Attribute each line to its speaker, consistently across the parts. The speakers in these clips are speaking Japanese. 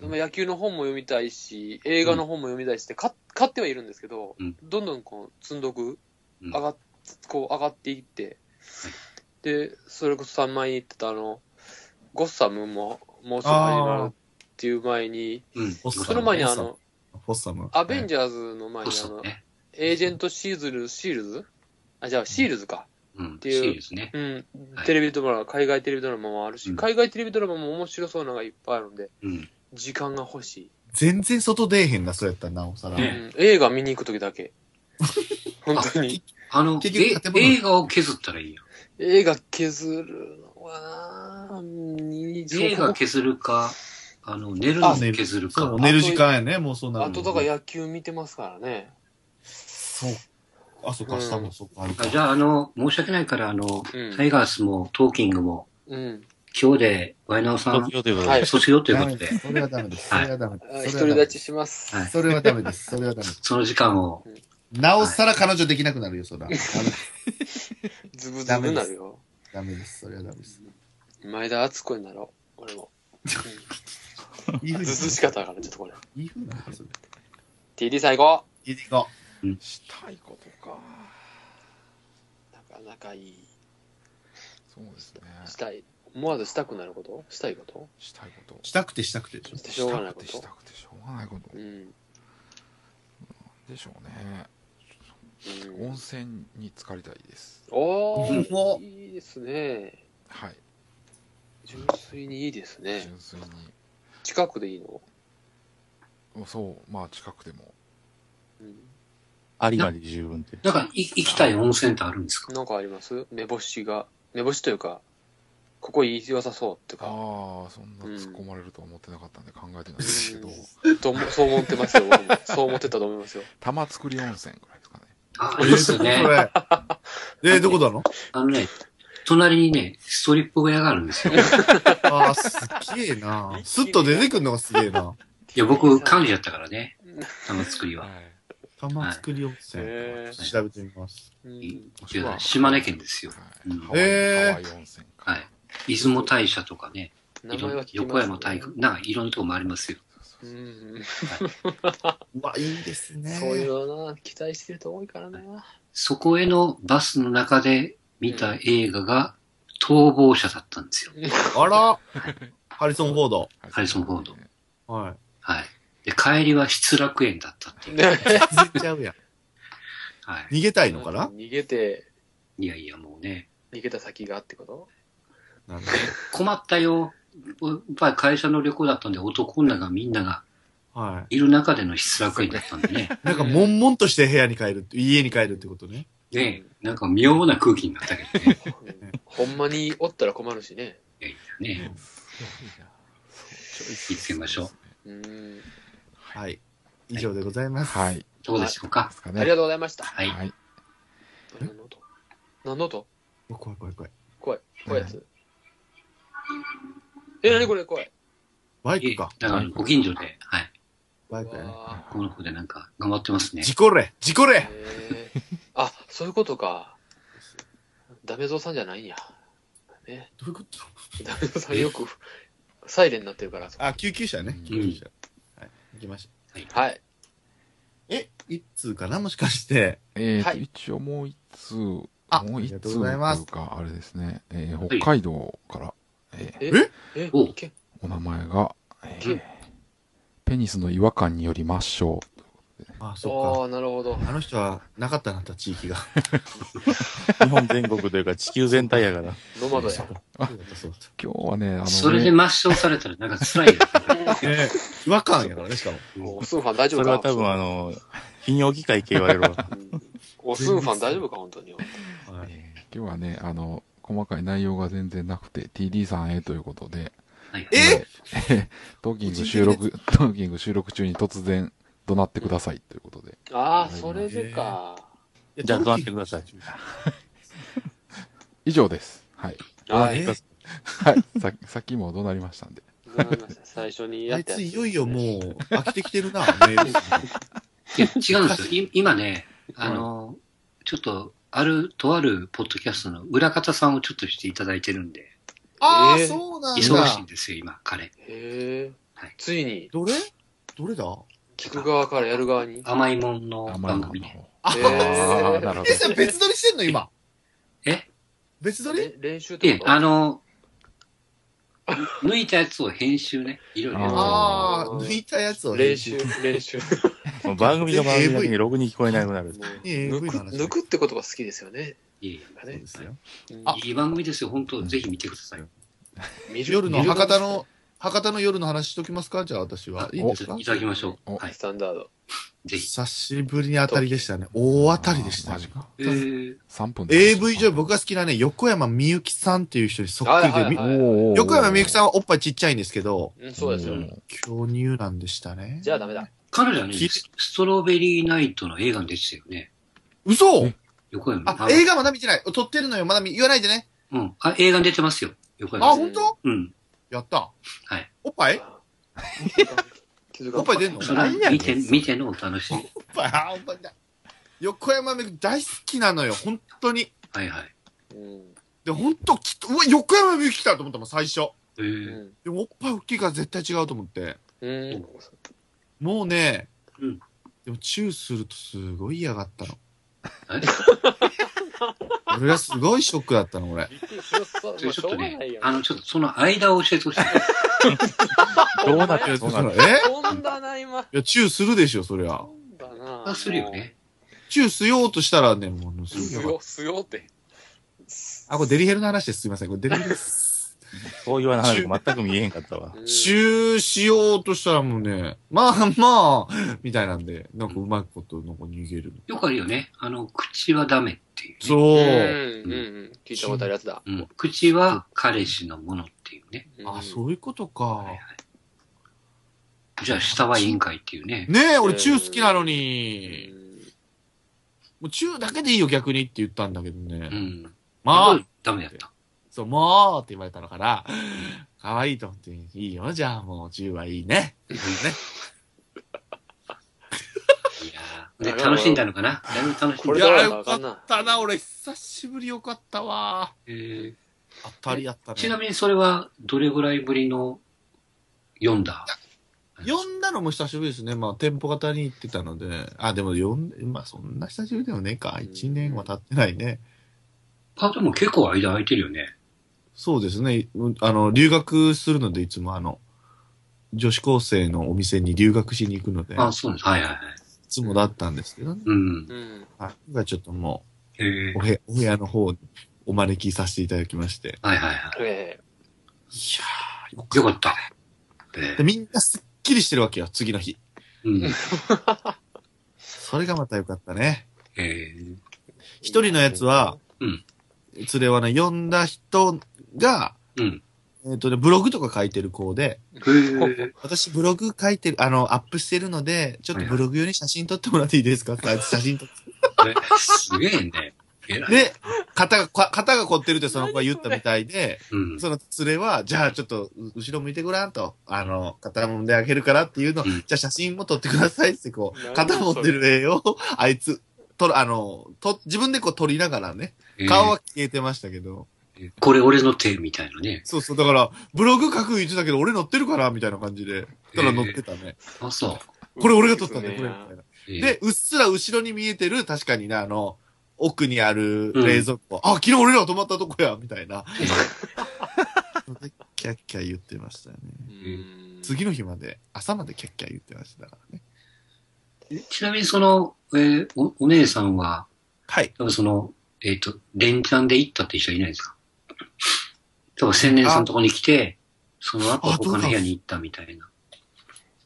Speaker 1: まあ野球の本も読みたいし、映画の本も読みたいしって、か買ってはいるんですけど、
Speaker 2: うん
Speaker 1: どんどんこう積んどく、
Speaker 2: うん
Speaker 1: 上がっこう上がっていって、で、それこそ3枚に言ってたあの、ゴッサムももうすぐ始まるっていう前に、
Speaker 2: うん。
Speaker 3: おっさん
Speaker 1: その前にあ
Speaker 3: ゴッサ
Speaker 1: の、
Speaker 3: フォッサム。
Speaker 1: アベン
Speaker 3: ジ
Speaker 1: ジャーズの前に
Speaker 2: どうし
Speaker 1: あ
Speaker 2: た
Speaker 1: の
Speaker 2: の、ね。
Speaker 1: エージェントシーズル、シールズあ、じゃあシールズか。
Speaker 2: うん。
Speaker 1: ていう
Speaker 2: シーですね。
Speaker 1: うん
Speaker 2: は。い
Speaker 1: テレビドラマ、海外テレビドラマもあるし、
Speaker 2: うん
Speaker 1: 海外テレビドラマも面白そうなのがいっぱいあるんで、
Speaker 2: うん。
Speaker 1: 時間が欲し
Speaker 3: 全然外出えへんな、そうやったらなおさら。
Speaker 1: い。う
Speaker 2: ね
Speaker 1: ん、映画見に行くときだけ。本当に。
Speaker 2: あの、
Speaker 3: 結局
Speaker 2: え
Speaker 3: 建物
Speaker 2: 映画を削ったらいいよ。
Speaker 1: 映画削るのはなぁ、
Speaker 2: 映画
Speaker 1: る
Speaker 2: 削るか、あの、寝るの
Speaker 3: あ寝る
Speaker 2: 削る
Speaker 3: そう、
Speaker 2: か
Speaker 3: もう。寝る時間やね、もうそんな
Speaker 1: あとだから野球見てますからね。
Speaker 3: そう。あ、そっ
Speaker 1: う
Speaker 3: か、
Speaker 1: ん
Speaker 3: 下もそっか、あるか
Speaker 2: あ。じゃあ、あの、申し訳ないから、あの、
Speaker 1: うん
Speaker 2: タイガースもトーキングも、
Speaker 1: うん。
Speaker 2: 今日でワイナオさん
Speaker 4: 卒業ということ
Speaker 1: は
Speaker 4: で
Speaker 1: い。
Speaker 2: 卒業という
Speaker 3: ダ
Speaker 2: こ
Speaker 3: メ
Speaker 2: とで
Speaker 3: で、すそれはダメです。そ
Speaker 2: はい
Speaker 3: れはダメ
Speaker 1: あ
Speaker 3: で
Speaker 1: 一
Speaker 3: す。
Speaker 1: 人立ちします。
Speaker 2: はい
Speaker 3: それはダメです。それはダメです。
Speaker 2: その時間を、
Speaker 3: なおさら彼女できなくなるよ、そら。ダメ
Speaker 1: ズブズブなるよ。
Speaker 3: ダメです。それはダメです。
Speaker 1: 前田敦子になろう。俺も。
Speaker 3: いいふう
Speaker 1: ず
Speaker 3: に、
Speaker 1: ずしかったから、ちょっとこれ。
Speaker 3: いいふうになるよそれ。
Speaker 1: TD さん行こ
Speaker 3: いいこ
Speaker 5: したいことか。
Speaker 1: うなかなかいい。
Speaker 5: そうですね。
Speaker 1: したい。思わずしたくなることしたいこと
Speaker 5: したいこと
Speaker 3: う。。したくてしたくてでしょ。
Speaker 1: しょうがないこ
Speaker 5: し
Speaker 1: と
Speaker 5: た。くてしょうがないこと
Speaker 1: う。ん。
Speaker 5: でしょうね。
Speaker 1: う
Speaker 5: 温
Speaker 1: ん、
Speaker 5: 泉に浸かりたいです。
Speaker 1: お
Speaker 3: お
Speaker 1: ー、いいですね。
Speaker 5: はい。
Speaker 1: 純粋にいいですね。
Speaker 5: 純粋に。
Speaker 1: 近くでいいの
Speaker 5: そう、まあ近くでも。
Speaker 1: うん。
Speaker 4: ありまで十分って。
Speaker 2: なんか、い行きたい温泉ってあるんですか
Speaker 1: なんかあります目星が。目星というか、ここいい良さそうっていうか。
Speaker 5: ああ、そんな突っ込まれるとは思ってなかったんで考えてないですけど、
Speaker 1: と思そう思ってますよ。僕もそう思ってたと思いますよ。
Speaker 5: 玉造り温泉ぐらいですかね。
Speaker 2: あ、いいっすよね。
Speaker 3: れ。え、どこだの
Speaker 2: あのね、隣にね、ストリップ小屋があるんですよ。
Speaker 3: あー、すげえな。スッと出てくんのがすげえな。
Speaker 2: いや、僕、管理だったからね、玉造りは。
Speaker 5: い。
Speaker 3: 玉造り温泉。
Speaker 1: へー
Speaker 3: 調べてみます。
Speaker 1: うん
Speaker 2: い
Speaker 5: もしくは
Speaker 2: 島根県ですよ。
Speaker 5: はい
Speaker 2: うん
Speaker 5: ハワイ
Speaker 3: えー
Speaker 5: ハワイ温泉か。
Speaker 2: はい。出雲大社とかね、
Speaker 1: 名
Speaker 2: いろん
Speaker 1: 前は聞きます、
Speaker 2: 横山大学、なんかいろんなとこもありますよ。
Speaker 1: う。
Speaker 5: そうそうん
Speaker 3: うわ、いいですね。
Speaker 1: そういうのな、期待してると多いからな。
Speaker 2: そこへのバスの中で見た映画が、逃亡者だったんですよ。
Speaker 3: あら、ハリソン・フォード。
Speaker 2: ハリソンフォード
Speaker 5: ね
Speaker 3: はい。
Speaker 2: はい。で、帰りは失楽園だったっていう。
Speaker 3: 全然ちゃうやん。
Speaker 2: はい。
Speaker 3: 逃げたいのかな
Speaker 1: 逃げて、
Speaker 2: いやいや、もうね、
Speaker 1: 逃げた先がってこと
Speaker 3: なる
Speaker 2: 困ったよ。やっぱり会社の旅行だったんで、男女がみんなが
Speaker 3: ほど。はい。
Speaker 2: いる中での失楽園だったん でね。
Speaker 3: なんか、悶々として部屋に帰るって、家に帰るってことね。
Speaker 2: ねなんか妙な空気になったけどね。
Speaker 1: うんほんまにおったら困るしね。
Speaker 2: いやいやね。
Speaker 5: すごいな。
Speaker 2: 気をつけましょう。
Speaker 1: うん。
Speaker 3: はい。以上でございます。
Speaker 5: はい。
Speaker 2: どうでしょう
Speaker 5: で
Speaker 2: か。
Speaker 5: すか
Speaker 1: ありが
Speaker 5: ね。
Speaker 1: とうございました。
Speaker 2: はい。
Speaker 5: はい。
Speaker 1: 何の音何の音
Speaker 3: お怖い怖い怖い。
Speaker 1: 怖い。怖いやつ。え、何これ怖い。
Speaker 3: バイ
Speaker 2: いえ
Speaker 3: クか。
Speaker 2: だから、ご近所で、はい。
Speaker 3: バイクやね。
Speaker 1: わ
Speaker 2: この子でなんか頑張ってますね。
Speaker 3: 事故れ事故
Speaker 1: ー
Speaker 3: れ
Speaker 1: へーあ、そういうことか。ダメゾウさんじゃないんや。
Speaker 3: どういうこと
Speaker 1: ダメゾウさんよく、サイレンになってるから。
Speaker 3: あ、救急車ね
Speaker 5: う。ん
Speaker 3: 救急車。はい。行きました。
Speaker 1: はい。
Speaker 3: え、一通かなもしかして。
Speaker 5: えーと、
Speaker 1: はい
Speaker 5: 一応もう一通、
Speaker 3: あ
Speaker 5: もう
Speaker 3: あ
Speaker 5: 一
Speaker 3: りがとう
Speaker 5: 通
Speaker 3: ございます
Speaker 5: というか、あれですね、えー
Speaker 2: はい
Speaker 5: 北海道から、えー
Speaker 1: え、
Speaker 2: お
Speaker 1: いけ
Speaker 5: お名前が、えー
Speaker 1: うん
Speaker 5: ペニスの違和感により抹消。
Speaker 3: あ、そ
Speaker 1: ああ、なるほど
Speaker 3: っ。か。あの人はなかったなった地域が。
Speaker 4: 日本全国というか地球全体やから。
Speaker 1: ノマドや。
Speaker 3: そうだったそうだっ
Speaker 5: 今日はね、あの、
Speaker 2: それで抹消されたらなんか辛いよ。
Speaker 3: た。ね違和感やからね、しかも。
Speaker 1: おスンファン大丈
Speaker 4: そ
Speaker 1: 夫
Speaker 4: れは
Speaker 1: か
Speaker 4: 多分あの、泌尿機会系言われるわ。
Speaker 1: おスンファン大丈夫か本当に。
Speaker 3: はい。
Speaker 5: えー今日はね、あの、細かい内容が全然なくて、TD さんへということで、
Speaker 2: はい
Speaker 3: え
Speaker 5: トーキング収録、 トーキング収録中に突然怒鳴ってくださいということで、
Speaker 1: ああ、それでか。
Speaker 4: じゃあ、どうなってください。
Speaker 5: 以上です。はい。
Speaker 3: あ、
Speaker 1: い。
Speaker 3: え
Speaker 5: はい。ささっきも怒鳴りましたんで。
Speaker 1: わかりました最初に
Speaker 3: あ
Speaker 1: やっ
Speaker 3: い
Speaker 1: たや
Speaker 3: つ
Speaker 1: つ
Speaker 3: いよいよもう飽きてきてるな、メール。
Speaker 2: いや違うんですよ。い今ね、あの、ちょっと、ある、とあるポッドキャストの裏方さんをちょっとしていただいてるんで、
Speaker 3: ああ、
Speaker 1: えー
Speaker 3: そうなん
Speaker 2: 忙しい
Speaker 3: だ
Speaker 2: ん。ですよ、今、彼。
Speaker 1: へえ。ついに、
Speaker 3: どれどれだ
Speaker 1: 聞く側からやる側に。
Speaker 2: 甘いもんの
Speaker 4: あんま
Speaker 2: 番
Speaker 4: りな
Speaker 2: 組ね。
Speaker 4: い。
Speaker 3: あ
Speaker 1: え
Speaker 4: ああ、
Speaker 1: ー
Speaker 4: なるほ
Speaker 3: え、それ別撮りしてんの今。
Speaker 2: え
Speaker 3: 別撮り
Speaker 1: れ練習って
Speaker 2: え
Speaker 1: こ、と
Speaker 2: あの、抜いたやつを編集ね。いろいろやる。
Speaker 3: ああ、抜いたやつを。
Speaker 1: 練習。、練習。
Speaker 5: もう番組の番組だけにログに聞こえなくなる。
Speaker 3: ええ
Speaker 1: 抜く、抜くって言葉好きですよね。
Speaker 2: いえいえ
Speaker 1: あれ
Speaker 5: ですよ。
Speaker 1: うん
Speaker 3: あ
Speaker 2: いい番組ですよ。本当、ぜひ見てください。
Speaker 1: 見る
Speaker 3: 夜の
Speaker 1: 見る
Speaker 3: 博多の、博多の夜の話しときますかじゃあ私は。いいんですか
Speaker 2: いただきましょう。
Speaker 4: お
Speaker 2: はい、
Speaker 1: スタンダード。
Speaker 2: ぜひ。
Speaker 3: 久しぶりに当たりでしたね。大当たりでした
Speaker 4: マ
Speaker 3: ね
Speaker 4: ジ。か。
Speaker 2: えー、
Speaker 4: 3分
Speaker 3: AV 上僕が好きなね、横山みゆきさんっていう人にそっくり
Speaker 1: はい
Speaker 3: で
Speaker 1: はい
Speaker 3: み
Speaker 1: は、い
Speaker 3: 横山みゆきさ
Speaker 4: ん、
Speaker 3: んはおっぱいちっちゃいんですけど、
Speaker 1: うん、そうですよ。
Speaker 4: うん
Speaker 3: 巨乳なんでしたね。
Speaker 1: じゃあダメだ。
Speaker 2: 彼女はね、
Speaker 3: き
Speaker 2: スストロベリーナイトの映画に出てたよね。
Speaker 3: 嘘
Speaker 2: 横山。
Speaker 3: あ、映画まだ見てない。撮ってるのよ。まだ見、言わないでね。
Speaker 2: うん。あ、映画に出てますよ。横
Speaker 3: あ、
Speaker 2: 山。
Speaker 3: 本当
Speaker 2: うん。
Speaker 3: やった。
Speaker 2: はい。
Speaker 3: おっぱい
Speaker 1: 気づかな
Speaker 3: おっ
Speaker 1: か
Speaker 3: ぱ
Speaker 1: っ
Speaker 3: い出んのおっ
Speaker 2: それは
Speaker 5: 何やねん
Speaker 2: 見て、見てのお楽しみ。
Speaker 3: ぱい、あ、おっぱいだ。横山みゆき大好きなのよ。本当に。
Speaker 2: はいはい。
Speaker 1: たうん
Speaker 3: で、本当きっと、うわ、横山みゆき来たと思ったもん、最初。
Speaker 1: う
Speaker 2: えー、
Speaker 1: ん。
Speaker 3: でも、おっぱい大きいから絶対違うと思って。
Speaker 1: うん。
Speaker 3: もうね、
Speaker 2: うん
Speaker 3: でも、チューするとすごい嫌がったの。
Speaker 2: え
Speaker 3: 俺がすごいショックだったの、俺。
Speaker 1: びっくりしました。まあ
Speaker 2: それ
Speaker 1: し
Speaker 2: ち
Speaker 1: ょ
Speaker 2: ょっ
Speaker 1: う
Speaker 2: と
Speaker 1: がない
Speaker 2: ね
Speaker 1: や、ん
Speaker 2: あの、ちょっとその間を教えてほしい。
Speaker 5: どうなってるどうなってる
Speaker 3: え
Speaker 1: 飛んだな、今。
Speaker 3: いや、チューするでしょ、そりゃ
Speaker 1: 飛。んだな。
Speaker 2: あするよね。
Speaker 3: チューしようとしたらね、もう、す
Speaker 1: もう。す
Speaker 3: ぐよ
Speaker 1: よ、すよって。
Speaker 3: あ、これデリヘルの話です。すいません。これデリヘルです。
Speaker 5: そう言わないの全く見えへんかったわ。
Speaker 1: うん
Speaker 3: チューしようとしたらもうね、まあまあ、みたいなんで、なんかうまいこと、なんか逃げるの。
Speaker 2: よくあるよね。あの、口はダメっていう、ね。
Speaker 3: そう
Speaker 1: ん、
Speaker 3: う。
Speaker 1: うん、うん。聞いたことあるやつだ。
Speaker 2: うん。口は彼氏のものっていうね。
Speaker 1: うん
Speaker 3: あ、そういうことか
Speaker 2: はいは。い。じゃあ、下は委員会っていうね。
Speaker 3: ねえ、俺
Speaker 1: うん
Speaker 3: チュー好きなの
Speaker 1: う
Speaker 3: に、
Speaker 1: ん。
Speaker 3: もうチューだけでいいよ、逆にって言ったんだけど
Speaker 2: う
Speaker 3: ね。
Speaker 2: ん。
Speaker 3: まあ、
Speaker 2: ダメだった。
Speaker 3: そう、もうって言われたのから、可愛いと思って、いいよ、じゃあもうチューはいいね。
Speaker 2: いやー
Speaker 1: だか
Speaker 2: で
Speaker 1: ら
Speaker 2: 楽しんだのかなだいぶ楽しん
Speaker 1: これ
Speaker 3: い
Speaker 2: だ。
Speaker 1: だ
Speaker 3: や、
Speaker 1: からな
Speaker 3: よかったな、俺、久しぶりよかったわ。
Speaker 2: えー
Speaker 3: 当たりやったね。
Speaker 2: ちなみにそれはどれぐらいぶりの読んだ
Speaker 3: 呼んだのも久しぶりですね。まあ、店舗型に行ってたので。あ、でも呼んで、まあ、そんな久しぶりでもねえか。一年は経ってないね。
Speaker 2: あ、でも結構間空いてるよね。
Speaker 3: そうですね。うんあの、留学するので、いつもあの、女子高生のお店に留学しに行くので、い
Speaker 2: あ、そうなんです。はいはいはい。
Speaker 3: つもだったんですけどね。
Speaker 2: うん。
Speaker 1: うん。
Speaker 3: はい。今回ちょっとも
Speaker 2: えー
Speaker 3: う、お部お部屋の方にお招きさせていただきまして。い
Speaker 2: はいはいは
Speaker 1: え
Speaker 3: やー、よ
Speaker 2: い。よかった。え
Speaker 3: でみんなすっきりしてるわけよ、次の日。
Speaker 2: ーうん。
Speaker 3: それがまたよかったね。
Speaker 2: え
Speaker 1: え
Speaker 2: ー
Speaker 3: 一人のやつは、
Speaker 2: うん
Speaker 3: 連れはね、呼んだ人が、
Speaker 2: うん。
Speaker 3: えっ、とね、ブログとか書いてる子で、
Speaker 2: え ー
Speaker 3: 私ブログ書いてる、あの、アップしてるので、ちょっとブログ用に写真撮ってもらっていいですかって、あいつ写真撮って。
Speaker 2: えすげえね。えらい。
Speaker 3: で、肩が、こ肩が凝ってるってその子が言ったみたいで、
Speaker 2: うん。
Speaker 3: その連れは、じゃあちょっと、う後ろ向いてごらんと、あの、肩揉んであげるからっていうの、
Speaker 2: うん
Speaker 3: じゃあ写真も撮ってくださいって、こ
Speaker 1: なる
Speaker 3: う、
Speaker 1: ほど
Speaker 3: 肩持ってる絵を、あいつ、撮る、あの、と、自分でこう撮りながらね、
Speaker 2: えー
Speaker 3: 顔は消えてましたけど、
Speaker 2: これ俺の手みたいなね。
Speaker 3: そうそう、だから、ブログ書く言ってたけど、俺乗ってるから、みたいな感じで、たら乗ってたね。
Speaker 2: あ、そう。
Speaker 3: これ俺が撮ったんだよ、これ。み
Speaker 1: ね
Speaker 3: たいな
Speaker 2: えー、
Speaker 3: で、うっすら後ろに見えてる、確かにね、あの、奥にある冷蔵庫。あ、昨日俺ら泊まったとこや、みたいな。
Speaker 2: えー
Speaker 3: キャッキャ言ってましたね。
Speaker 1: うん
Speaker 3: 次の日まで、朝までキャッキャ言ってましたからね。
Speaker 2: ちなみにその、えーお、お姉さんは、
Speaker 3: はい。
Speaker 2: 多分その、えっ、と、連チャンで行ったって人はいないんですか多分千年さんのとこに来て、その後
Speaker 3: あどう
Speaker 2: 他
Speaker 3: だ
Speaker 2: の部屋に行ったみたいな。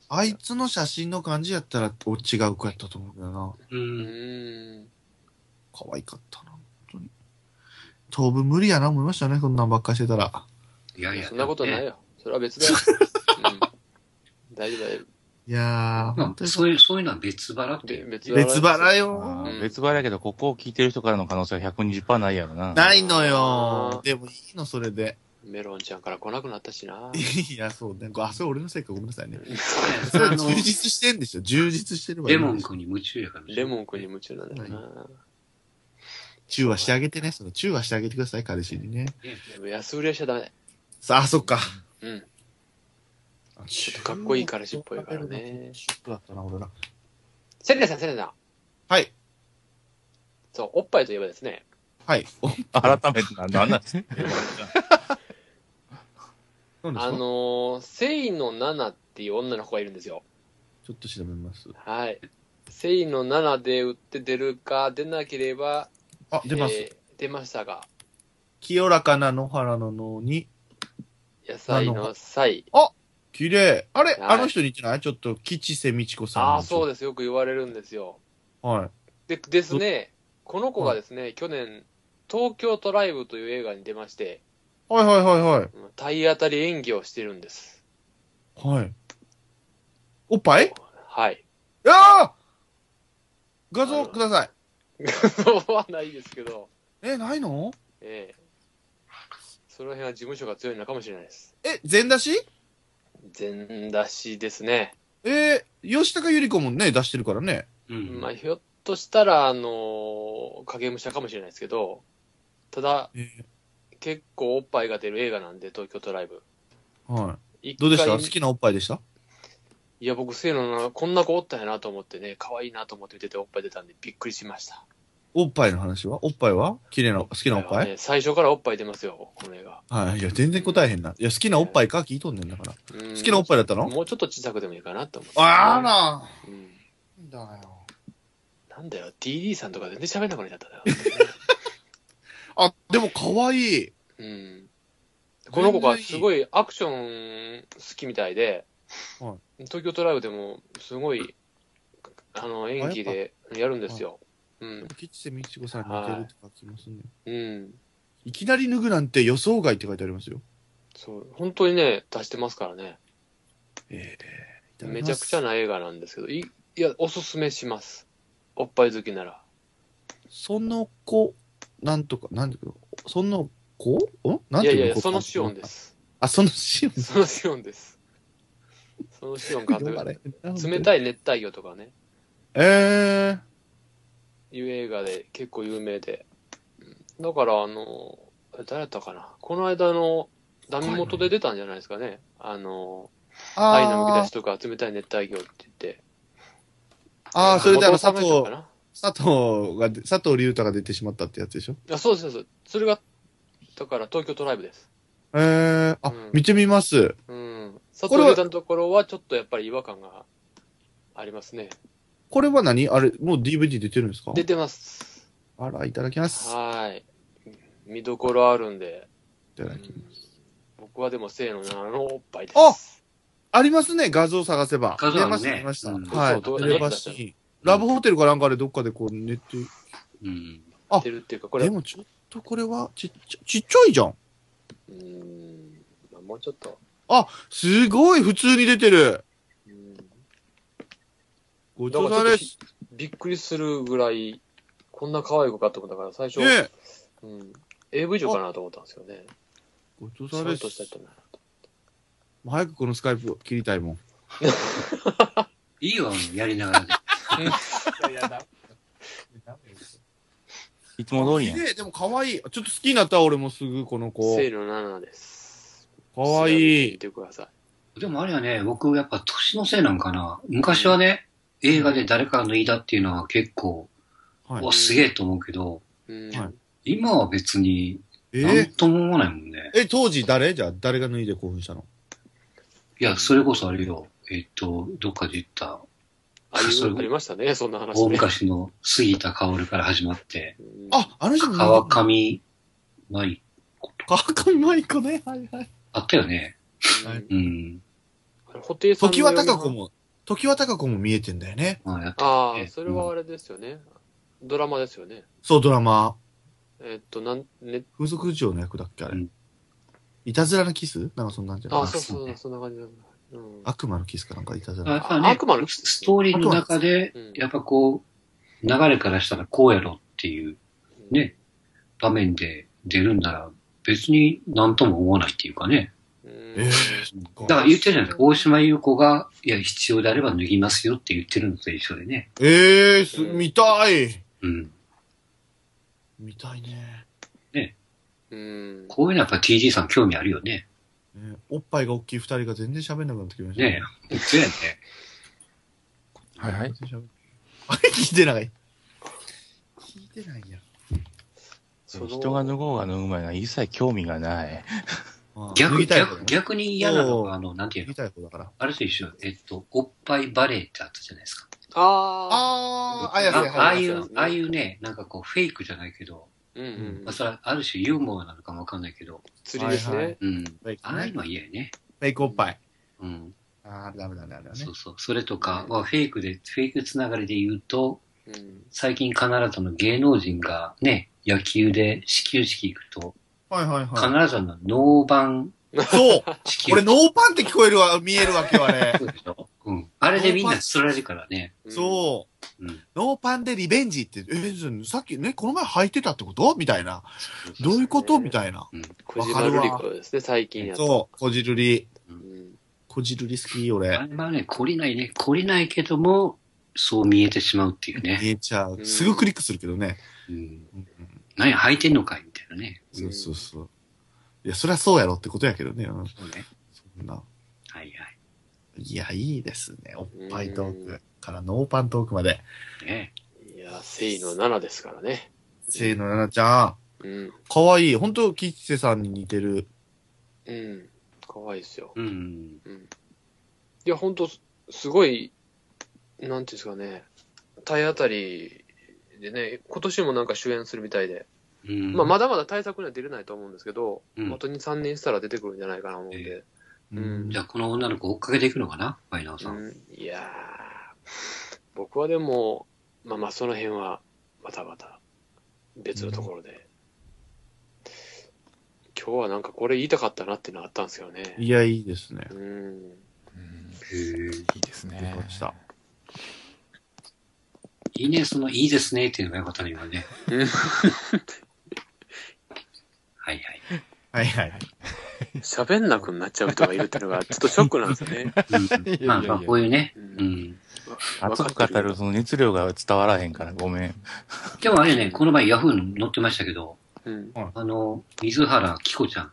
Speaker 3: あいつの写真の感じやったら、お違う子やったと思うけどな。
Speaker 2: う。
Speaker 1: うんん。
Speaker 3: 可愛かったな、本当に。当分無理やな、思いましたね、こんなんばっかしてたら。
Speaker 2: いやいや。
Speaker 1: そんなことない
Speaker 2: ね。
Speaker 1: よ。それは別だよ。うん大丈夫だよ。
Speaker 3: いやー、
Speaker 2: ま
Speaker 3: 本当
Speaker 2: あ、
Speaker 3: に
Speaker 2: そういう、そういうのは別腹ってい
Speaker 1: で
Speaker 2: う。
Speaker 1: 別
Speaker 3: 別腹
Speaker 5: あ
Speaker 3: よ。
Speaker 5: ー別腹やけど、ここを聞いてる人からの可能性は120%ないやろな。
Speaker 3: ないのよ。でもいいの、それで。
Speaker 1: メロンちゃんから来なくなったし な。
Speaker 3: いや、そうね。あ、それ俺のせいか、ごめんなさいね。それ
Speaker 2: あの
Speaker 3: 充、実してんでしょ充実してればいい
Speaker 2: レ
Speaker 3: の
Speaker 2: モン
Speaker 3: に。
Speaker 2: 君に夢中やからね。
Speaker 1: レモン君に夢中なんだよな。
Speaker 3: チューはしてあげてね。そのチューはしてあげてください、彼氏にね。
Speaker 1: 安売りはしちゃダメだよ。
Speaker 3: さあ、そっか。
Speaker 1: うん。ちょっとかっこいい彼氏っぽいからね
Speaker 3: ショックだったな、俺ら。
Speaker 1: セレナさん、セレナさん。
Speaker 3: はい。
Speaker 1: そう、おっぱいといえばですね、
Speaker 3: はい。おなんです
Speaker 5: 改めてな、なんなんですか
Speaker 3: か
Speaker 1: あのー、セイのナナっていう女の子がいるんですよ。
Speaker 3: ちょっと調べます。
Speaker 1: はい。セイのナナで売って出るか、出なければ、
Speaker 3: あ、出ます。
Speaker 1: えー出ましたが、
Speaker 3: 清らかな野原の脳に、
Speaker 1: 野菜の菜。
Speaker 3: 綺麗。あれ、
Speaker 1: はい
Speaker 3: あの人に似てないちょっと、吉瀬美智子さん。
Speaker 1: ああ、そう
Speaker 3: で
Speaker 1: です。よく言われるんですよ。
Speaker 3: す。はい。
Speaker 1: でですね、この子がですね、去年、東京トライブという映画に出まして、
Speaker 3: はいはいはいはい。
Speaker 1: うん体当たり演技をしてるんです。
Speaker 3: はい。おっぱい
Speaker 1: はい。
Speaker 3: ああ画
Speaker 1: あ
Speaker 3: 像
Speaker 1: の
Speaker 3: ください。
Speaker 1: そうはないですけど、
Speaker 3: え、ないの
Speaker 1: ええその辺は事務所が強いのかもしれないです。
Speaker 3: え、全出し
Speaker 1: 全出しですね。
Speaker 3: えー、吉高由里子もね、出してるからね。
Speaker 2: うん
Speaker 1: まあ、ひょっとしたら、あのー影武者かもしれないですけど、ただ、
Speaker 3: え
Speaker 1: 結構おっぱいが出る映画なんで、東京トライブ。
Speaker 3: は
Speaker 1: 一
Speaker 3: い。どうでした
Speaker 1: 回
Speaker 3: 好きなおっぱいでした
Speaker 1: いや、僕、せいのな、こんな子おったんやなと思ってね、可愛いなと思って見てて、おっぱい出たんで、びっくりしました。
Speaker 3: おっぱいの話はおっぱいは綺麗な、好きなおっぱい、
Speaker 1: ね最初からおっぱい出ますよ、この映画。
Speaker 3: はい。いや、全然答えへんな。いや、好きなおっぱいか聞いとんねんだから。
Speaker 1: 好
Speaker 3: 好きなおっぱいだったの
Speaker 1: もうちょっと小さくでもいいかなと思って。
Speaker 3: あら。
Speaker 1: うん
Speaker 3: なんだよ。
Speaker 1: なんだよ、DD さんとか全然喋んなくなっちゃったな。
Speaker 3: あ、でも可愛い
Speaker 1: うん。この子がすごいアクション好きみたいで、
Speaker 3: は
Speaker 1: 東京トライブでもすごい、あの、演技でやるんですよ。うん。
Speaker 3: 吉瀬美智子さんに似てるって書きますね。
Speaker 1: うん。
Speaker 3: いきなり脱ぐなんて予想外って書いてありますよ。
Speaker 1: そう。本当にね、出してますからね。
Speaker 3: ええ
Speaker 1: めちゃくちゃ
Speaker 3: な。
Speaker 1: な映画なんですけど、いいや、おすすめします。おっぱい好きなら。
Speaker 3: その子、なんとか、なんだけど、その子んなん
Speaker 1: い
Speaker 3: て
Speaker 1: や
Speaker 3: いう
Speaker 1: いや
Speaker 3: の
Speaker 1: いや、そのシオンで。
Speaker 3: 子
Speaker 1: す。
Speaker 3: あ、そのシオン。
Speaker 1: そのシオンです。そのシオン監督。冷
Speaker 3: い。
Speaker 1: たい熱帯魚とかね、
Speaker 3: え
Speaker 1: いう映画で結構有名で。うんだから、あの、誰だったかな。この間の、ダメ元で出たんじゃないですかね。あの、
Speaker 3: ー。
Speaker 1: 愛のむき
Speaker 3: あ
Speaker 1: 出
Speaker 3: ー
Speaker 1: しとか冷たい熱帯魚って言って。
Speaker 3: あー、それであの、佐藤、
Speaker 1: 元々の話だったか
Speaker 3: 佐藤が、佐藤隆太が出てしまったってやつでしょ
Speaker 1: なあそうです、そうです。それが、だから東京トライブです。
Speaker 3: えー、あ、
Speaker 1: うん
Speaker 3: 見てみます。
Speaker 1: うん。佐
Speaker 3: こ
Speaker 1: 藤隆
Speaker 3: れは
Speaker 1: 太のところはちょっとやっぱり違和感がありますね。
Speaker 3: これは何あれ、もう DVD 出てるんですか
Speaker 1: 出てます。
Speaker 3: あら、いただきます。
Speaker 1: はい。見どころあるんで。
Speaker 3: いただきます。
Speaker 1: 僕はでも、せーのなのおっぱいです。
Speaker 3: あありますね、画像探せば。
Speaker 2: 画像あ
Speaker 3: 出
Speaker 2: るね
Speaker 3: ました、出まし
Speaker 2: う
Speaker 3: た。
Speaker 2: ん
Speaker 3: はい。
Speaker 1: そうそう
Speaker 3: 出ましたし。ラブホテルかなんかでどっかでこう寝て。
Speaker 2: うん。
Speaker 1: ってるっていうか、これ、
Speaker 3: で
Speaker 1: う
Speaker 3: もちょっとこれはちっちゃ、ちっちゃいじゃん。
Speaker 1: ーん、まあ、もうちょっと、
Speaker 3: すごい普通に出てる。
Speaker 1: うん、
Speaker 3: ごちそうさまで
Speaker 1: なんか
Speaker 3: す。
Speaker 1: びっくりするぐらい、こんな可愛い子かと思ったから、最初、
Speaker 3: ね
Speaker 1: う
Speaker 3: え
Speaker 1: ん、AV 女かなと思ったんですよね。
Speaker 3: ごちそう
Speaker 1: そ
Speaker 3: さ
Speaker 1: う
Speaker 3: ま
Speaker 1: い
Speaker 3: で
Speaker 1: う
Speaker 3: す
Speaker 1: と。した人な。
Speaker 3: もう早くこのスカイプを切りたいもん。
Speaker 2: いいよ、やりながらで。
Speaker 5: いつも通り
Speaker 3: 綺
Speaker 5: やん。
Speaker 3: 麗、でも可愛い。ちょっと好きになった俺もすぐこの子。
Speaker 1: せーのななです。
Speaker 3: 可愛
Speaker 1: 見
Speaker 3: い。
Speaker 1: てください。
Speaker 2: でもあれはね、僕やっぱ年のせいなんかな。昔はね、映画で誰かが脱いだっていうのは結構、
Speaker 3: はい
Speaker 2: お、すげえと思うけど、
Speaker 1: うん。
Speaker 3: はい
Speaker 2: 今は別に、
Speaker 3: え
Speaker 2: なん
Speaker 3: ー
Speaker 2: とも思わないもんね。
Speaker 3: え、当時誰じゃあ誰が脱いで興奮したの
Speaker 2: いや、それこそあれよ、えっと、どっかで言った、
Speaker 1: あり
Speaker 2: そういう
Speaker 1: ありましたね、そんな話
Speaker 2: 大
Speaker 1: ね。
Speaker 2: 昔の杉田薫から始まって、
Speaker 1: うん
Speaker 3: あ、あの人
Speaker 2: 川上舞、
Speaker 3: 川上舞子ね。はいはい。
Speaker 2: あったよね。
Speaker 1: う
Speaker 3: はい
Speaker 1: ん
Speaker 2: うん。
Speaker 1: あれ布袋さんの
Speaker 3: 時は高
Speaker 1: 嫁
Speaker 3: 子も、時は高子も見えてんだよね。
Speaker 2: まあ、やっぱ
Speaker 1: はん。あ
Speaker 2: え
Speaker 1: あ、
Speaker 2: え
Speaker 1: それはあれですよね。ドラマですよね。
Speaker 3: そう、ドラマ。
Speaker 1: えっと、なん、ね、
Speaker 3: 風俗嬢の役だっけあれ、
Speaker 2: うん
Speaker 3: いたずらのキスなんかそんなんじゃない
Speaker 1: あ、
Speaker 2: あ
Speaker 1: そうそう
Speaker 2: そう
Speaker 1: そう、
Speaker 2: ね
Speaker 1: そんな感じなんだ。うん。
Speaker 3: 悪魔のキスかなんかいたず
Speaker 2: や
Speaker 3: ら。
Speaker 2: っぱね、
Speaker 1: 悪魔の
Speaker 2: ストーリーの中で
Speaker 1: うん、
Speaker 2: やっぱこう、流れからしたらこうやろっていうね、場面で出るんなら、別に何とも思わないっていうかね。
Speaker 1: うん。
Speaker 3: えー
Speaker 2: だから言ってるじゃない大島優子が、いや、必要であれば脱ぎますよって言ってるのと一緒でね。
Speaker 3: えー、す、見たい
Speaker 2: うん。
Speaker 3: 見たいね。
Speaker 1: うん。
Speaker 2: こういうのはやっぱ TG さん興味あるよね。
Speaker 3: ねおっぱいが大きい二人が全然喋んなくなってきました
Speaker 2: ねえ、普通やね。
Speaker 4: はいはい。
Speaker 3: 全然喋んあれ聞い てない。聞いてないやん。
Speaker 1: その
Speaker 5: 人が脱ごうが脱ぐ前が一切興味がない。
Speaker 3: まあ脱
Speaker 2: 逆、
Speaker 3: ぎたい方
Speaker 2: 逆、
Speaker 3: だね
Speaker 2: 逆に嫌なの
Speaker 3: おう
Speaker 2: が、あの、なんてい
Speaker 3: 脱
Speaker 2: うの
Speaker 3: ぎたい方だから。
Speaker 2: あれと一緒、えっと、おっぱいバレーってあったじゃないですか。
Speaker 1: あー
Speaker 3: ああ、あ
Speaker 2: あ
Speaker 3: やせ、
Speaker 2: ああ
Speaker 3: はい
Speaker 2: い
Speaker 1: や
Speaker 2: う、ああいうね、なんかこう、フェイクじゃないけど、
Speaker 1: あ、うんうん
Speaker 2: まあ、。それはある種ユーモアなのかもわかんないけど、
Speaker 1: 釣りです
Speaker 3: はいは
Speaker 1: ね。
Speaker 2: うん。
Speaker 3: フェイク
Speaker 2: あ
Speaker 3: ね
Speaker 2: あいうのは嫌やね。
Speaker 3: フェイクおっぱい。
Speaker 2: うん。
Speaker 3: ああ、ダメだね、あれはね
Speaker 2: そ。うそう。それとかはフェイクで、フェイクつながりで言うと、
Speaker 1: うん。
Speaker 2: 最近必ずの芸能人がね、野球で始球式行くと、
Speaker 3: はいはい
Speaker 2: 必
Speaker 3: は
Speaker 2: ずあのノーバン
Speaker 3: い。そう
Speaker 2: 始球
Speaker 3: これ
Speaker 2: 式。
Speaker 3: ノーパンって聞こえるわ、見えるわけよ、あれ。
Speaker 2: そうでしょうん。あれでみんな釣られるからね。
Speaker 3: そう。
Speaker 2: うん。
Speaker 3: ノーパンでリベンジって、え、さっきね、この前履いてたってことみたいな。どういうことみたいな。
Speaker 2: うん。
Speaker 1: 小島瑠璃子ですね、最近やと。
Speaker 3: そう、こじるり。
Speaker 1: うん。
Speaker 3: こじるり好き、俺
Speaker 2: あ。れはね、懲りないね。懲りないけども、そう見えてしまうっていうね。
Speaker 3: 見えちゃう。すぐクリックするけどね。
Speaker 2: うん。
Speaker 3: うん
Speaker 2: 何や、履いてんのかいみたいなね。
Speaker 3: そうそうそう。いや、そりゃそうやろってことやけどね。うん
Speaker 2: そうね。
Speaker 3: そんな。
Speaker 2: はいはい
Speaker 3: や、いいですね。おっぱいトークからノーパントークまで。
Speaker 2: い。ね。
Speaker 1: いや、聖の7ですからね。
Speaker 3: せーの、ななちゃん。
Speaker 1: うん。
Speaker 3: かわいい。ほんと、吉瀬さんに似てる。
Speaker 1: うん。かわいいですよ。
Speaker 2: うん。
Speaker 1: いや、ほんと、すごい、なんていうんですかね、体当たりでね、今年もなんか主演するみたいで、
Speaker 2: うん。
Speaker 1: まあ、まだまだ対策には出れないと思うんですけど、
Speaker 2: うん
Speaker 1: 元に3年したら出てくるんじゃないかなと思うんで、うん
Speaker 2: じゃあ、この女の子追っかけていくのかなファイナーさ。
Speaker 1: うんん、いやー、僕はでも、まあまあ、その辺は、またまた、別のところで、今日はなんかこれ言いたかったなっていうのはあったんですよね。
Speaker 3: いや、いいですね。
Speaker 1: うん。
Speaker 4: う
Speaker 2: へ
Speaker 4: ん
Speaker 2: え
Speaker 4: いいです
Speaker 3: わか
Speaker 4: ね
Speaker 3: り。ました。
Speaker 2: いいね、その、いいですね、っていうのがよかったね、今 ね。
Speaker 1: うん
Speaker 2: はいはい。
Speaker 3: はいはい。
Speaker 1: 喋んなくなっちゃう人がいるっていうのが、ちょっとショックなんですよ ね。
Speaker 2: うんまあまあ、こういうね。
Speaker 1: う
Speaker 2: うんん。
Speaker 5: 熱く語るその熱量が伝わらへんからごめん。
Speaker 2: でもあれね、この前ヤフーに載ってましたけど、
Speaker 1: うん。
Speaker 2: あの、水原希子ちゃん。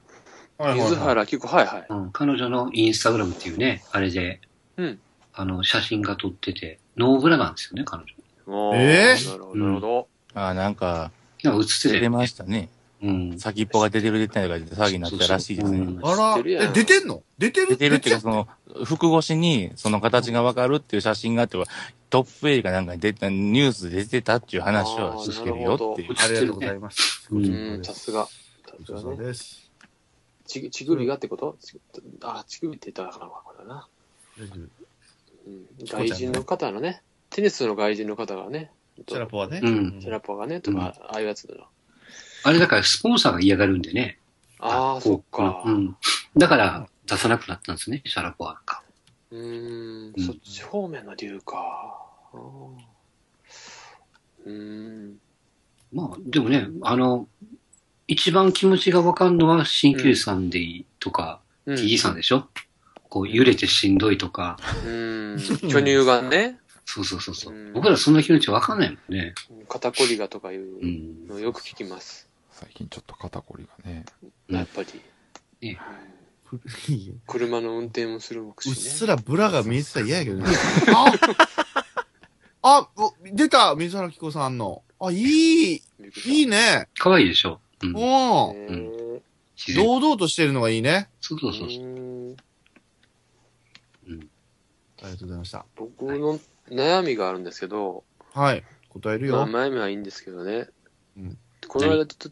Speaker 3: はい
Speaker 1: 水原希子、はいはい。
Speaker 2: うん。彼女のインスタグラムっていうね、あれで、
Speaker 1: うん
Speaker 2: あの、写真が撮ってて、ノーブラなんですよね、彼女。
Speaker 1: おー
Speaker 3: えー
Speaker 1: なるほど、なるほど。
Speaker 5: ああ、なんか、
Speaker 2: なんか映って
Speaker 5: 出
Speaker 2: て
Speaker 5: て
Speaker 2: ね。
Speaker 5: ましたね。
Speaker 2: うん。
Speaker 5: 先っぽが出てる出てないとか騒ぎになったらしいです
Speaker 2: う
Speaker 5: ね
Speaker 2: ん。
Speaker 3: あら、
Speaker 1: 知ってるやん
Speaker 3: え、出てんの出てる
Speaker 5: 出てるっていうか、その、服越しに、その形がわかるっていう写真があって、トップ映画なんかに出た、ニュースで出てたっていう話はしてるよっていう
Speaker 2: あ。
Speaker 3: ありがとうございます。
Speaker 2: う
Speaker 1: うん、さすが。
Speaker 3: ごち
Speaker 1: さす
Speaker 3: そう
Speaker 1: が
Speaker 3: さま
Speaker 1: ね。
Speaker 3: です。
Speaker 1: ち、ちぐりがってことちあ、ちぐりって言ったらあかんわ、これはな。
Speaker 3: 大丈夫。
Speaker 1: うん。外人の方のね、テニスの外人の方がね、
Speaker 3: チャラポはね。
Speaker 2: うん
Speaker 1: テラポがね、とか、ああいうやつだな。
Speaker 2: あれだからスポンサーが嫌がるんでね。
Speaker 1: ああ、そっか
Speaker 2: う。ん。だから出さなくなったんですね、シャラポワなんか。
Speaker 1: うーん
Speaker 2: う、ん
Speaker 1: そっち方面の理由か。あーうーん。
Speaker 2: まあ、でもね、あの、一番気持ちがわかんのは鍼灸師さんでいいとか、
Speaker 1: う
Speaker 2: TG さんでしょこう揺れてしんどいとか、
Speaker 1: うん。巨乳がね、。
Speaker 2: そうそうそうそううん僕らそんな気持ちわかんないもんね。。
Speaker 1: 肩こりがとかいううんのよく聞きます。
Speaker 4: 最近ちょっと肩こりがね。
Speaker 2: うん
Speaker 1: やっぱり。
Speaker 2: ね
Speaker 3: 古いよ
Speaker 1: 車の運転もする僕
Speaker 3: うっ
Speaker 1: し
Speaker 3: す
Speaker 1: ね。
Speaker 3: らブラが見えてたら嫌やけどね。ああお出た水原希子さんの。あ、いい、いい
Speaker 1: ね。
Speaker 3: ね。
Speaker 2: 可愛いでしょうん。
Speaker 3: うん。
Speaker 1: うん
Speaker 2: 自然。
Speaker 3: 堂々としてるのがいいね。
Speaker 2: そうそうそうそう。うん。
Speaker 3: ありがとうございました。
Speaker 1: 僕の悩みがあるんですけど、
Speaker 3: はい。答える
Speaker 1: まあ
Speaker 3: よ。
Speaker 1: 悩みはいいんですけどね
Speaker 3: うん。
Speaker 1: この間ちょっと、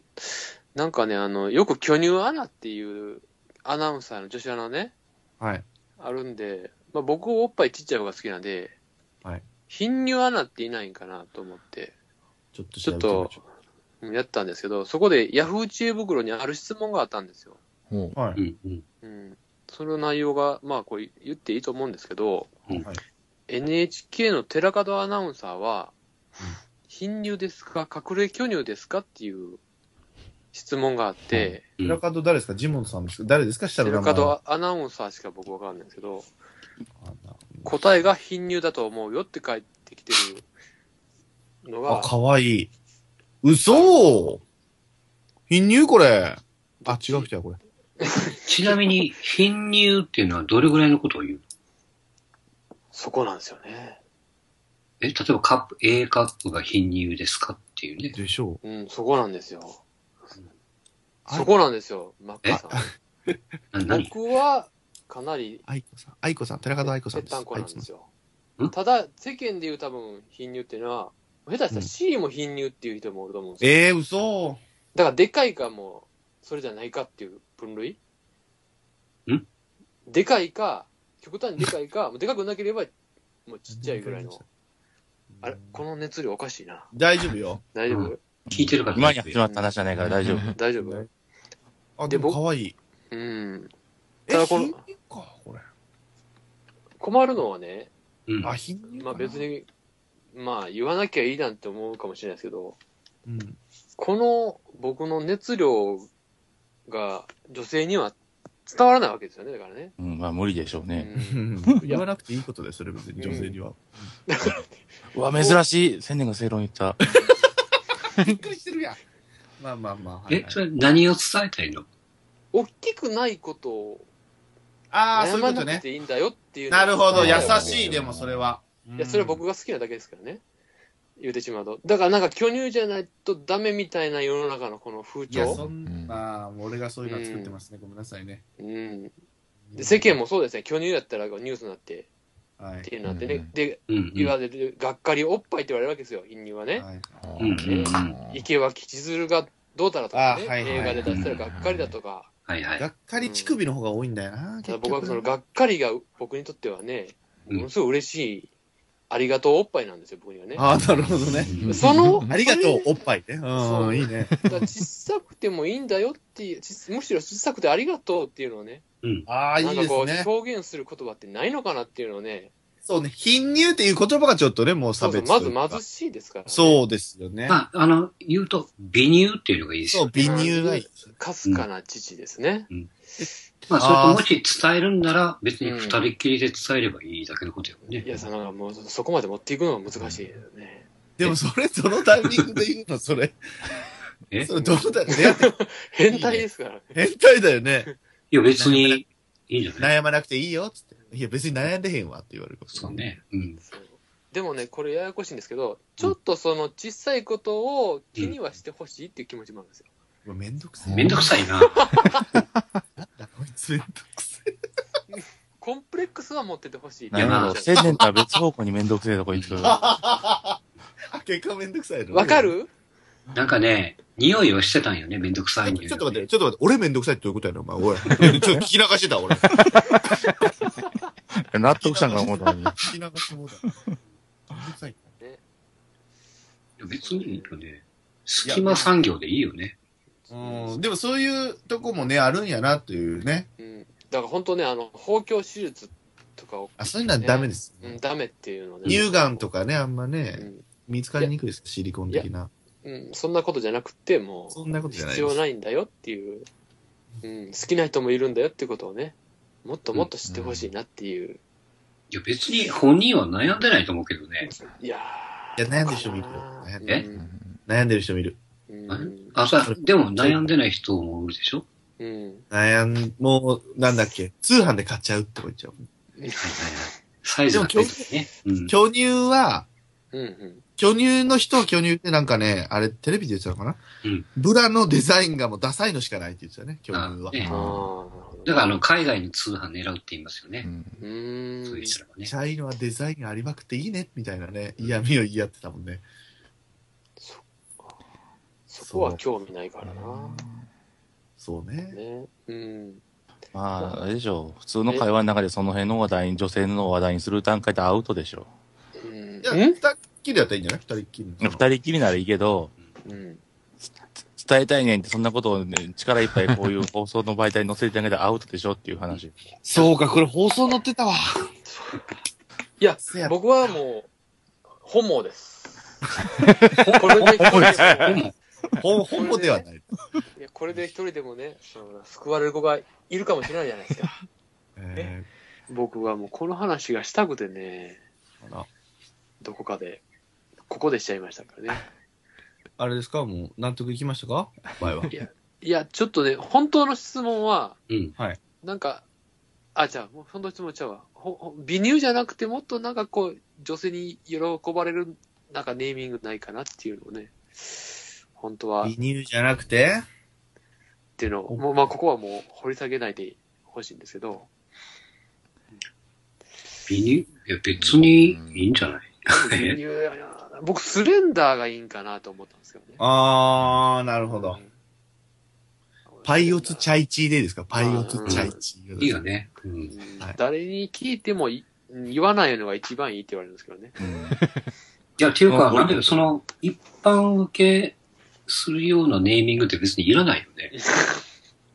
Speaker 1: なんかね、あの、よく巨乳アナっていうアナウンサーの女子アナね、
Speaker 3: はい。
Speaker 1: あるんで、まあ僕おっぱいちっちゃい方が好きなんで
Speaker 3: はい、
Speaker 1: 貧乳アナっていないんかなと思って、
Speaker 3: ちょっと
Speaker 1: ち
Speaker 3: 調
Speaker 1: ょ
Speaker 3: べ
Speaker 1: って
Speaker 3: みま
Speaker 1: と
Speaker 3: しょ
Speaker 1: うんやったんですけど、そこでヤフー知恵袋にある質問があったんですよ。
Speaker 4: ほ
Speaker 3: う。は
Speaker 2: う
Speaker 3: い。
Speaker 2: ん。うん。
Speaker 1: うん、その内容が、まあ、これ言っていいと思うんですけど、
Speaker 2: うん
Speaker 3: はい
Speaker 1: NHK の寺門アナウンサーは、貧乳ですか、隠れ巨乳ですかっていう質問があって、
Speaker 2: うん
Speaker 3: 裏方誰ですかジモンさんですか誰ですか下
Speaker 1: 寺
Speaker 3: 裏
Speaker 1: 門アナウンサーしか僕わかんないんですけど、
Speaker 3: あな
Speaker 1: 答えが貧乳だと思うよって返ってきてるの
Speaker 3: あ、
Speaker 1: が、
Speaker 3: かわいい。嘘貧乳これ。あ、違う人や、これ。
Speaker 2: ちなみに、貧乳っていうのはどれぐらいのことを言う
Speaker 1: そこなんですよね。
Speaker 2: え、例えばカップ、A カップが貧乳ですかっていうね。
Speaker 3: でしょ
Speaker 1: うん、そこなんですよ。
Speaker 3: あ
Speaker 1: そこなんですよ、マックさん。
Speaker 2: な何
Speaker 1: 僕は、かなり
Speaker 3: う。、愛子さん。愛子さん。寺門愛子さんです。
Speaker 1: ぺったんこなん
Speaker 3: あい
Speaker 1: で
Speaker 3: つの
Speaker 1: すよ
Speaker 2: ん。
Speaker 1: ただ、世間でいう多分、貧乳っていうのは、下手した
Speaker 3: う
Speaker 1: ら
Speaker 3: ん
Speaker 1: C も貧乳っていう人もおると思うんですよ。
Speaker 3: ええー、嘘
Speaker 1: だから、でかいかも、それじゃないかっていう分類
Speaker 2: ん
Speaker 1: でかいか、極端にでかいか、もう でかくなければ、もうちっちゃいぐ らいの。あれ、この熱量おかしいな。
Speaker 3: 大丈夫よ。
Speaker 1: 大丈夫
Speaker 2: 聞いてるから
Speaker 5: 今に始まった話じゃないから大丈夫。
Speaker 1: 大丈夫
Speaker 3: あ、
Speaker 1: で
Speaker 3: で
Speaker 1: 僕
Speaker 3: も可愛い。
Speaker 1: うん。
Speaker 3: え、
Speaker 1: ただこの
Speaker 3: 貧乳か、これ。
Speaker 1: 困るのはね、
Speaker 2: うん。
Speaker 3: あ、貧乳かな
Speaker 1: まあ別。に、まあ言わなきゃいいなんて思うかもしれないですけど、
Speaker 3: うん。
Speaker 1: この僕の熱量が女性には伝わらないわけですよね、だからね。
Speaker 5: うん、まあ無理でしょう
Speaker 1: う
Speaker 5: ね。
Speaker 1: ん、
Speaker 3: 言わなくていいことです、それ別に女性には。
Speaker 5: うわ、珍しい。千年が正論言った。
Speaker 3: びっくりしてるやん。まあまあまあ。はいはい
Speaker 2: え、それ何を伝えたいの
Speaker 1: 大きくないことを
Speaker 3: ああ、そ
Speaker 1: 悩
Speaker 3: ういうこ
Speaker 1: ま
Speaker 3: と
Speaker 1: なく
Speaker 3: ね。
Speaker 1: ていいんだよっていうのが。
Speaker 3: なるほど、優
Speaker 5: や
Speaker 3: しい、でもそれは。
Speaker 1: いや、それは僕が好きなだけですからね。言うてしまうと。だからなんか巨乳じゃないとダメみたいな世の中のこの風
Speaker 3: いや、
Speaker 1: 潮。
Speaker 3: そんな、俺がそういうの作ってますね。ごめんなさいね。
Speaker 1: うん。で世間もそうですね。巨乳だったらニュースになって、
Speaker 3: はい。は
Speaker 1: って
Speaker 3: い。
Speaker 1: いうのになって
Speaker 4: うんう
Speaker 1: ね
Speaker 4: ん。
Speaker 1: で、
Speaker 2: うん、うん。
Speaker 1: 言われる、がっかりおっぱいって言われるわけですよ、貧乳はね。
Speaker 4: あ
Speaker 2: うん
Speaker 4: ー
Speaker 1: 池脇千鶴がどうだらとかね、
Speaker 3: あはいはい
Speaker 1: 映画で出したらがっかりだとか、
Speaker 2: はいはい。
Speaker 3: がっかり乳首の方が多いんだよな。
Speaker 1: ただ
Speaker 3: 結
Speaker 1: 僕
Speaker 3: 局
Speaker 1: はそのがっかりが僕にとってはね、
Speaker 2: うん
Speaker 1: ものすごい嬉しい、ありがとうおっぱいなんですよ、僕にはね。
Speaker 3: ああ、なるほどね。
Speaker 2: うん
Speaker 1: その、
Speaker 3: ありがとう、おっぱいね。、
Speaker 1: そううん
Speaker 3: いいね。
Speaker 1: だから小さくてもいいんだよっていう、ちむしろ小さくてありがとうっていうのをね、
Speaker 3: ああ、い
Speaker 1: ないんか
Speaker 3: で
Speaker 1: こう、
Speaker 3: すね。
Speaker 1: 表現する言葉ってないのかなっていうのをね、
Speaker 3: そうね。貧乳っていう言葉がちょっとね、もう差
Speaker 1: そうそう
Speaker 3: 別
Speaker 1: ま
Speaker 3: とい
Speaker 1: ず
Speaker 3: うか。
Speaker 1: 貧しいですから、ね。
Speaker 3: そうですよね。
Speaker 2: まあ、あの、言うと、美乳っていうのがいいですよ
Speaker 3: そう、。貧乳がいいです。
Speaker 1: かすかな父ですね。
Speaker 2: まあ、それともし伝えるんなら、別に
Speaker 1: うん
Speaker 2: 二人っきりで伝えればいいだけのことよね。
Speaker 1: いや、その、もうそこまで持っていくのが難しいよね。
Speaker 3: でもそれ、そのタイミングで言うの、それ。
Speaker 2: え
Speaker 3: それ、どうだ出会って
Speaker 1: 変態ですからね。
Speaker 3: 変態だよね。
Speaker 2: いや、別にいいんじゃない
Speaker 3: 悩まなくていいよ、つって。いや、別に悩んでへんわって言われるかもし
Speaker 2: そ
Speaker 3: れ
Speaker 2: う
Speaker 3: ない。
Speaker 2: ね。うん。
Speaker 1: そうでもね、これややこしいんですけど、ちょっとその小さいことを気にはしてほしいっていう気持ちもあるんですよ。
Speaker 3: うわめんどくせえ。
Speaker 2: めんどくさいな。
Speaker 3: だこいつめんどくせえ。
Speaker 1: コンプレックスは持っててほしいって
Speaker 5: ないる
Speaker 1: う
Speaker 5: ほど。
Speaker 1: 話
Speaker 5: 千年とは別方向にめんどくせえとこ行く。
Speaker 3: あ、結果めんどくさいの。
Speaker 1: わかる
Speaker 2: なんかね、匂いをしてたんよね、めんどくさい
Speaker 3: え
Speaker 2: 匂い。
Speaker 3: ちょっと待って、ちょっと待って、俺めんどくさいってどういうことやねん、お前。おい。ちょっと聞き流してた、俺。 聞
Speaker 5: 納得したんか思うたのに。
Speaker 3: き流してもうた。めんどくさい。
Speaker 2: いや別にいいよね。隙間産業でいいよね。
Speaker 3: うん、でもそういうとこもね、あるんやなというね。
Speaker 1: うん。だから本当ね、あの、包胸手術とかを、
Speaker 3: あ、そういうのはダメです。
Speaker 1: うん、ダメっていうので、
Speaker 3: 乳がんとかね、あんま
Speaker 1: う
Speaker 3: ね、
Speaker 1: ん。
Speaker 3: 見つかりにくいです、シリコン的な。
Speaker 1: うん、そんなことじゃなくて、も
Speaker 3: そんなこ
Speaker 1: う、
Speaker 3: とじゃない
Speaker 1: 必
Speaker 3: で
Speaker 1: 要
Speaker 3: す。
Speaker 1: ないんだよっていう、うん、好きな人もいるんだよっていうことをね、もっともっと知ってほしいなっていう。
Speaker 2: いや、別に本人は悩んでないと思うけどね。
Speaker 1: いやー。
Speaker 3: いや、悩んでる人もいるよ。悩んで
Speaker 2: え
Speaker 3: 悩んでる人もいる。
Speaker 1: うん
Speaker 2: あ、そう、でも悩んでない人もおるでしょ
Speaker 1: うん。
Speaker 3: 悩ん、もう、なんだっけ、通販で買っちゃうってこいっちゃう。
Speaker 2: はいはいはい。サイズが書いてあるね。うん。
Speaker 3: 巨乳は、
Speaker 1: うん。うん。
Speaker 3: 巨乳の人を巨乳ってなんかね、あれ、テレビで言ってたのかな、
Speaker 2: うん
Speaker 3: ブラのデザインがもうダサいのしかないって言ってたね、巨乳
Speaker 2: あ
Speaker 1: あ
Speaker 2: ね
Speaker 3: は。
Speaker 1: あ、なるほど。
Speaker 2: だから、あの、海外の通販狙うって言いますよね。
Speaker 1: う
Speaker 2: そうい
Speaker 1: ー
Speaker 2: う人らはね。
Speaker 3: 茶色はデザインありまくっていいね、みたいなね、嫌味を言い合ってたもんね。
Speaker 1: そこは興味ないから
Speaker 3: そう
Speaker 1: な。
Speaker 3: ね。
Speaker 1: ね。うん。
Speaker 5: まあ、あれでしょう。普通の会話の中でその辺の話題に、女性の話題にする段階でアウトでしょ
Speaker 1: うん
Speaker 3: いや、
Speaker 1: ん
Speaker 3: 二人っきりやったらいいんじゃない二人っきり
Speaker 5: う。二
Speaker 3: の。
Speaker 5: 人きりならいいけど、
Speaker 1: うん。
Speaker 5: 伝えたいねんって、そんなことをね、力いっぱいこういう放送の媒体に載せてあげたらアウトでしょっていう話。
Speaker 3: そうか、これ放送載ってたわ。
Speaker 1: いや
Speaker 3: せや、
Speaker 1: 僕はもう、本望 です。これで一人でも、
Speaker 3: 本、本語ではない。
Speaker 1: いやこれで一人でもね、その救われる子がいるかもしれないじゃないですか。
Speaker 3: え
Speaker 1: 僕はもうこの話がしたくてね、
Speaker 3: ーあら
Speaker 1: どこかで、ここでしちゃいましたからね。
Speaker 3: あれですかもう、納得いきましたか前は。
Speaker 1: いや、いや、ちょっとね、本当の質問は、
Speaker 2: うん
Speaker 3: はい
Speaker 1: なんか、あ、じゃあ、もう本当の質問ちゃうわ。ほほ美乳じゃなくて、もっとなんかこう、女性に喜ばれる、なんかネーミングないかなっていうのをね、本当は、っ
Speaker 3: 美乳じゃなくて、
Speaker 1: ていうのを、もうまあ、ここはもう掘り下げないでほしいんですけど、
Speaker 2: 美乳いや、別にいいんじゃない
Speaker 1: 美乳やな僕、スレンダーがいいんかなと思ったんですけどね。
Speaker 3: あー、なるほど
Speaker 1: う。ん。
Speaker 3: パイオツチャイチーでですかパイオツチャイチー。
Speaker 2: いいよ。ね。うん。
Speaker 3: はい
Speaker 1: 誰に聞いてもい言わないのが一番いいって言われるんですけどね。
Speaker 2: いや、っていう
Speaker 3: あ
Speaker 2: か、
Speaker 3: これ
Speaker 2: なんだけど、その、一般受けするようなネーミングって別にいらないよね。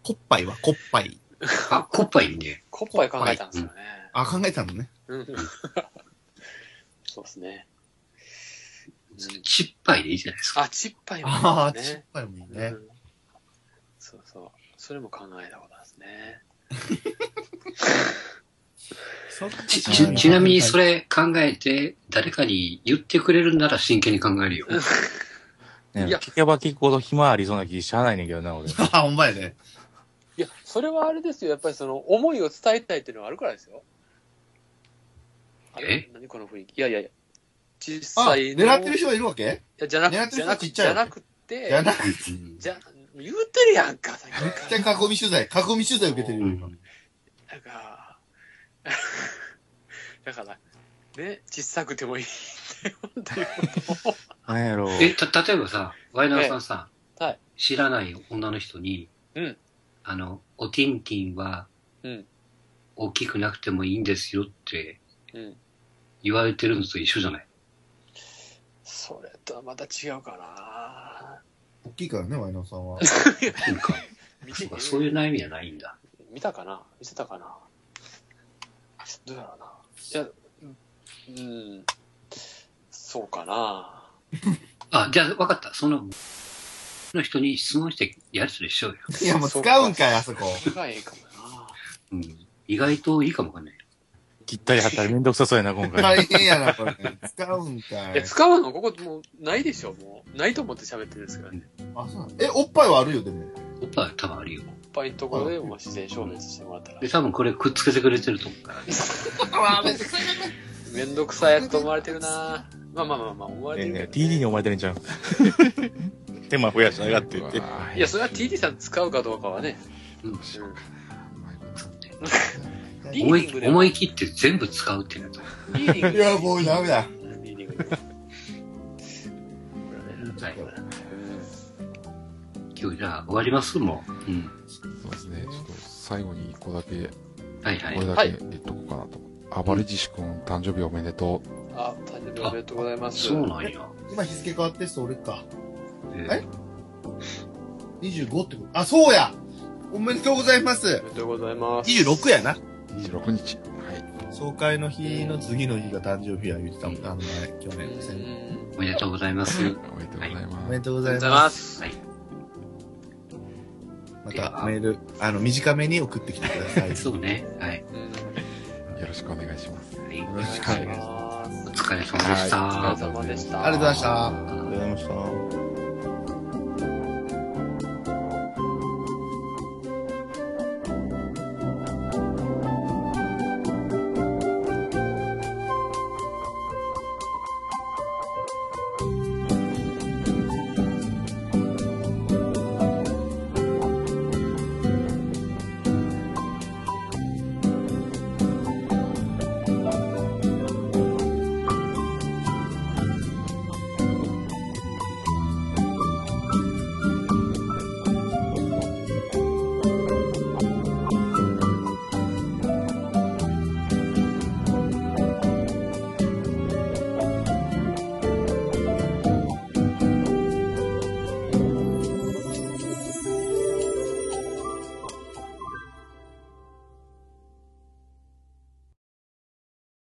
Speaker 3: コッパイはコッパイ。
Speaker 2: あ、コッパいいね。
Speaker 1: コッパイ考えたんですよね。
Speaker 3: あ、考えたのね。
Speaker 1: うんそうですね。うん
Speaker 2: ちっぱいでいいじゃないですか。
Speaker 1: あ、チッパイも
Speaker 3: あ
Speaker 1: いいで
Speaker 3: ー、
Speaker 1: す
Speaker 3: ちっ
Speaker 1: ね。
Speaker 3: ぱいもいい
Speaker 1: うん
Speaker 3: ね。
Speaker 1: そうそう。それも考えたことですね。
Speaker 3: そっか
Speaker 2: ち、
Speaker 4: あ
Speaker 2: ち、ちなみにそ
Speaker 3: れ。
Speaker 2: れ考えて、誰かに言ってくれるなら真剣に考えるよ。
Speaker 5: ね
Speaker 1: いや
Speaker 5: 聞けば聞くほど暇ありそうな気しゃあないねんけどな、俺。
Speaker 3: あ、ほんまやね。
Speaker 1: いや、それはあれですよ。やっぱりその、思いを伝えたいっていうのはあるからですよ。あれ何この雰囲気。いやいやいや。小
Speaker 3: あ、
Speaker 1: さいの
Speaker 3: 狙ってる人がいるわけ
Speaker 1: いやじゃな
Speaker 3: 狙っ
Speaker 1: く
Speaker 3: て
Speaker 1: て、
Speaker 3: る
Speaker 1: じ
Speaker 3: 人
Speaker 1: ゃ
Speaker 3: は
Speaker 1: な
Speaker 3: ち
Speaker 1: く、
Speaker 3: ってちゃ
Speaker 1: じ
Speaker 3: いわ
Speaker 1: ゃ
Speaker 3: け
Speaker 1: なく
Speaker 3: い
Speaker 1: て、
Speaker 3: や、なく
Speaker 2: うん
Speaker 1: じゃ、言うてるやんか、さっきか
Speaker 3: て囲み取材、囲み取材受けてる
Speaker 2: う
Speaker 3: よ。
Speaker 2: ん
Speaker 1: ら。だから、だから、ね、小さくてもいいって本当に思う
Speaker 5: なんやろう。
Speaker 2: え、た、例えばさ、ワイナーさんさ、
Speaker 1: ええはい
Speaker 2: 知らない女の人に、
Speaker 1: うん
Speaker 2: あの、おティンティンは、
Speaker 1: うん
Speaker 2: 大きくなくてもいいんですよって
Speaker 1: うん。
Speaker 2: 言われてるのと一緒じゃない
Speaker 1: それとはまた違うか
Speaker 3: 大きいからね、ワイナーさんは。
Speaker 2: なん か、
Speaker 1: な見
Speaker 2: そ
Speaker 1: て
Speaker 2: うか、そういう悩みはないんだ。
Speaker 1: 見たかな見せたかなどうやろうな。いや、うんうん、そうかな。
Speaker 2: あ、じゃあ分かった。その、の人に質問してやると一緒よ。
Speaker 3: いや、もう使うんかい、あそこ。
Speaker 1: それがええかもな。
Speaker 2: うん。意外といいかもわかんない。
Speaker 5: 切ったり貼ったりめんどくさそうやな、今 回。
Speaker 3: 大変やな、これ。使うんか
Speaker 1: いや、
Speaker 3: い。
Speaker 1: 使うのここもうないでしょ、もう。ないと思って喋ってるんですからね。
Speaker 3: あ、そうなのえ、おっぱいはあるよ、でも。
Speaker 2: おっぱいは多分あるよ。
Speaker 1: いっぱいのところでもう自然消滅してもらったら
Speaker 2: で、。多分これくっつけてくれてると思うから。
Speaker 3: あ、めっちゃ使いたくない
Speaker 1: めんどくさいやつと思われてるなまあまあまあまあ、思われ
Speaker 5: ね
Speaker 1: て
Speaker 5: え
Speaker 1: る
Speaker 5: ねえ
Speaker 1: けど
Speaker 5: TD
Speaker 1: ね、
Speaker 5: に思われてるんちゃう 手間増やしながって言って。
Speaker 1: いや、それは TD さん使うかどうかはね。
Speaker 2: うん。
Speaker 1: うんリーディ
Speaker 2: 思
Speaker 1: ング
Speaker 2: い、
Speaker 1: で
Speaker 2: 思い切って全部使うってなと。
Speaker 1: リーディング
Speaker 3: いや、もうダメだ。
Speaker 1: う。リーディングで。
Speaker 2: はい。今日じゃあ終わりますもう。うん。
Speaker 4: そうですね。ちょっと最後に一個だけ、
Speaker 2: はいは
Speaker 4: これ
Speaker 2: い。
Speaker 4: だ
Speaker 1: はい
Speaker 4: け言っとこうかなと。暴れ自主君、誕生日おめでとう。
Speaker 1: あ、誕生日おめでとうございます。
Speaker 2: そうなんや。
Speaker 3: 今日付変わって、それか。
Speaker 2: え
Speaker 3: え25ってこと。あ、そうやおめでとうございます
Speaker 1: お。めでとうございます。
Speaker 3: 26やな。
Speaker 4: 26日。はい。
Speaker 3: 総会の日の次の日が誕生日や言ってたもんな、あの前、去
Speaker 1: うん
Speaker 3: 年ですね。
Speaker 2: おめでとうございます。
Speaker 4: おめでとうござい
Speaker 3: お
Speaker 4: ま
Speaker 3: めで。
Speaker 4: す
Speaker 3: とう
Speaker 1: おめでとうご
Speaker 3: ござい
Speaker 1: ざいま
Speaker 3: ます。
Speaker 1: す。
Speaker 2: はい。
Speaker 3: またメール、あの、短めに送ってきてください。
Speaker 2: そうね。はい。
Speaker 1: うん
Speaker 4: よろしくお願いします。
Speaker 2: はい。
Speaker 3: よろしくお
Speaker 1: お
Speaker 3: 願いし
Speaker 1: 疲
Speaker 3: ます
Speaker 1: れ様でしたお疲れ様で
Speaker 2: お疲れ様でした。
Speaker 1: し
Speaker 3: あ
Speaker 1: た。
Speaker 3: りがとうございました。
Speaker 5: ありがとうございました。